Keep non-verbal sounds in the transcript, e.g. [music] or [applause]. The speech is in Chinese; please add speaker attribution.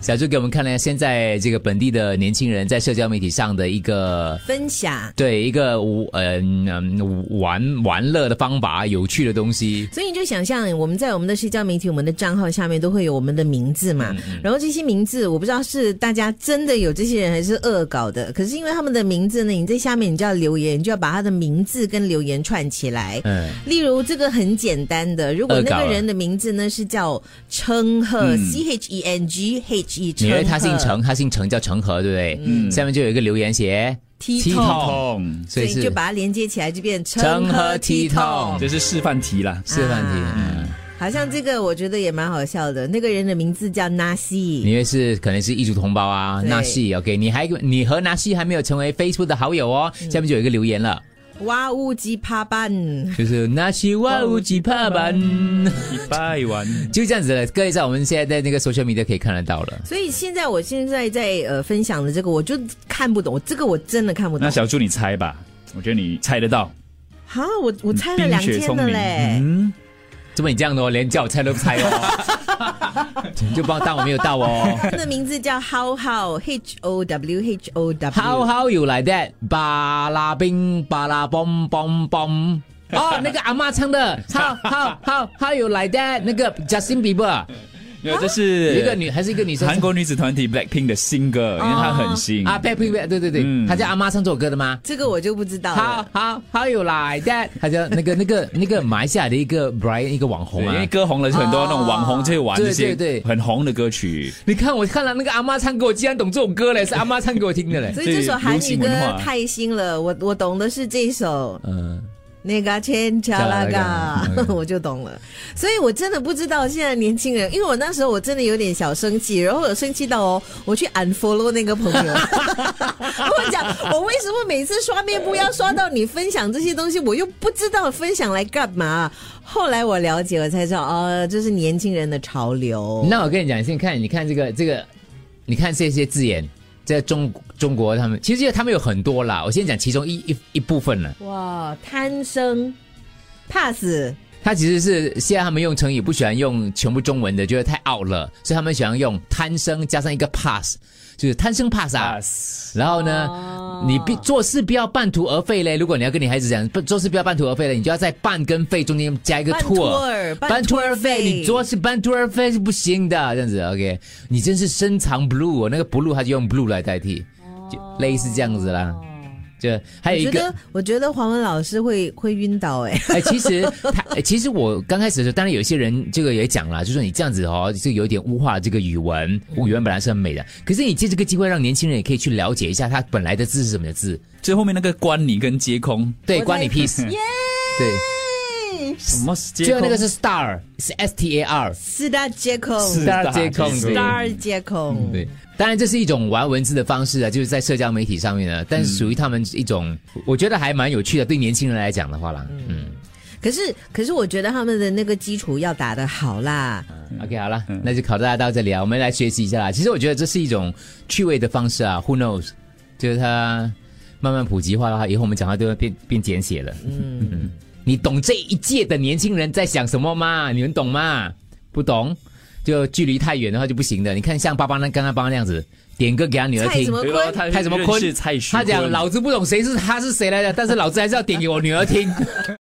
Speaker 1: 小朱给我们看了现在这个本地的年轻人在社交媒体上的一个
Speaker 2: 分享。
Speaker 1: 对一个呃嗯玩玩乐的方法，有趣的东西。
Speaker 2: 所以你就想象我们在我们的社交媒体、我们的账号下面都会有我们的名字嘛，然后这些名字我不知道是大家真的有这些人还是恶搞的，可是因为他们的名字呢，你在下面你就要留言，你就要把他的名字跟留言串起来。
Speaker 1: 嗯，
Speaker 2: 例如这个很简单的，如果那
Speaker 1: 恶搞
Speaker 2: 个
Speaker 1: 了
Speaker 2: 人的名字呢是叫称赫、
Speaker 1: 嗯
Speaker 2: c H E N G H E，
Speaker 1: 你因为他姓
Speaker 2: 陈赫
Speaker 1: 程，他姓程叫程和，对不对？嗯，下面就有一个留言写
Speaker 2: T
Speaker 1: 痛
Speaker 3: 痛，
Speaker 1: 所
Speaker 2: 所
Speaker 1: 以
Speaker 2: 以你
Speaker 1: 是
Speaker 2: 就把它连接起来，就变
Speaker 1: 成
Speaker 2: 成
Speaker 1: 和
Speaker 2: 和
Speaker 1: 体
Speaker 2: 体
Speaker 1: 痛
Speaker 2: 痛。
Speaker 3: 这是示范题啦。
Speaker 1: 示范题。
Speaker 2: 啊
Speaker 1: 嗯
Speaker 2: 好像这个我觉得也蛮好笑的，那个人的名字叫纳西，
Speaker 1: 因为是可能是异族同胞啊，
Speaker 2: 对
Speaker 1: 纳西，OK，你还你和纳西还没有成为 Facebook 的好友哦。
Speaker 2: 嗯
Speaker 1: 下面就有一个留言了，
Speaker 2: 哇乌鸡帕班，
Speaker 1: 就是纳西哇乌吉帕班，
Speaker 3: 一拜完，
Speaker 1: 就这样子了。各位在我们现在在那个 social media 可以看得到了。
Speaker 2: 所以现在我现在在呃分享的这个，我就看不懂，我这个我真的看不懂
Speaker 3: 那。小猪你猜吧，我觉得你猜得到。
Speaker 2: 哈，我我猜了两
Speaker 3: 冰雪
Speaker 2: 天了嘞，
Speaker 3: 嗯，
Speaker 1: 怎么你这样的哦，连叫我猜都不猜哦，你就帮当我没有到哦。
Speaker 2: 他的名字叫 How How H O W H O W。
Speaker 1: How how you like that？巴拉冰巴拉嘣嘣嘣。哦，那个阿妈唱的 How how how how you like that？那个 Justin Bieber，
Speaker 3: 没
Speaker 2: 啊
Speaker 3: 有，这是
Speaker 1: 一个女还是一个女生？
Speaker 3: 韩国女子团体 Blackpink 的新
Speaker 2: 哦
Speaker 3: 歌，因为它很新
Speaker 1: 啊，Black Pink，对对对，
Speaker 3: 嗯
Speaker 1: 她叫阿妈唱这首歌的吗？
Speaker 2: 这个我就不知道
Speaker 1: 好
Speaker 2: 了。
Speaker 1: 好好有 like that，她叫那个那个那个马来西亚的一个 Brian 一个网
Speaker 3: 对哦
Speaker 1: 红
Speaker 3: 因
Speaker 1: 啊
Speaker 3: 为。歌红了，很多那种网红就会玩
Speaker 1: 对
Speaker 3: 这
Speaker 1: 对
Speaker 3: 些
Speaker 1: 对
Speaker 3: 很红的歌曲。
Speaker 1: 你看我看了那个阿妈唱歌，我竟然懂这首歌嘞，是阿妈唱给我听的嘞。
Speaker 2: 所以这首韩
Speaker 3: 这
Speaker 2: 语
Speaker 3: 流行
Speaker 2: 歌
Speaker 3: 文化
Speaker 2: 太新了，我我懂的是这一首。
Speaker 1: 嗯，
Speaker 2: 那个千恰拉 [laughs] 嘎，我就懂了。所以我真的不知道现在年轻人，因为我那时候我真的有点小生气，然后我生气到哦，我去 unfollow 那个朋
Speaker 1: [laughs]
Speaker 2: 友，我讲我为什么每次刷面部要刷到你分享这些东西，我又不知道分享来干嘛。后来我了解，我才知道哦，这是年轻人的潮流。
Speaker 1: 那我跟你讲，先看你看这个这个，你看这些字眼，在中中国他们其实他们有很多啦。我先讲其中一一一部分了，
Speaker 2: 哇，贪生怕死，
Speaker 1: 它其实是现在他们用成语不喜欢用全部中文的，觉得太 out 了，所以他们喜欢用贪生加上一个 pass，就是贪生怕死啊。然后呢，你必做事不要半途而废嘞。如果你要跟你孩子讲，不做事不要半途而废嘞，你就要在半跟废中间加一个
Speaker 2: 半
Speaker 1: to
Speaker 2: 途
Speaker 1: 儿。
Speaker 2: 而
Speaker 1: 半途而废，你做事半途而废是不行的，这样子，OK？你真是深藏不露，哦，那个 blue 他就用 blue 来代替，就类似这样子啦。就还有哎一
Speaker 2: 哦我觉
Speaker 1: 个
Speaker 2: 得，，我觉得黄文老师会会晕倒哎、
Speaker 1: 哎，其
Speaker 2: [laughs]
Speaker 1: 实他，哎其实我刚开始的时候，当然有些人这个也讲了，就说你这样子哦，就有点污化了这个语文，
Speaker 2: 嗯
Speaker 1: 语文本来是很美的，可是你借这个机会让年轻人也可以去了解一下它本来的字是什么字，
Speaker 3: 最后面那个关你跟皆空，
Speaker 1: 对，
Speaker 2: 我
Speaker 1: 关你
Speaker 2: 在 [laughs]
Speaker 1: 屁事，对，
Speaker 3: 什么是皆
Speaker 1: 最
Speaker 3: 空？
Speaker 1: 后那个是 star，是 S T A R。
Speaker 2: 四大皆空，
Speaker 3: 四
Speaker 1: 大皆空
Speaker 3: 皆
Speaker 1: 对
Speaker 2: 大皆空。
Speaker 1: 对，当然这是一种玩文字的方式啊，就是在社交媒体上面呢，但是属于他们一种，我觉得还蛮有趣的，对年轻人来讲的话啦，嗯
Speaker 2: 可是，可是我觉得他们的那个基础要打得好啦。
Speaker 1: o k 好了，那就考大家到这里啊，我们来学习一下啦。其实我觉得这是一种趣味的方式啊，Who knows，就是它慢慢普及化的话，以后我们讲话都会变变简写了。嗯，你懂这一届的年轻人在想什么吗？你们懂吗？不懂，就距离太远的话就不行的。你看像爸爸那刚刚爸爸那样子，点歌给他女儿
Speaker 2: 蔡
Speaker 1: 听
Speaker 2: 什。么
Speaker 3: 对
Speaker 2: 坤？
Speaker 3: 他
Speaker 1: 蔡什么坤
Speaker 3: 认识蔡徐
Speaker 1: 他
Speaker 3: 坤
Speaker 1: 讲老子不懂谁是他是谁来的，但是老子还是要点给我女儿听。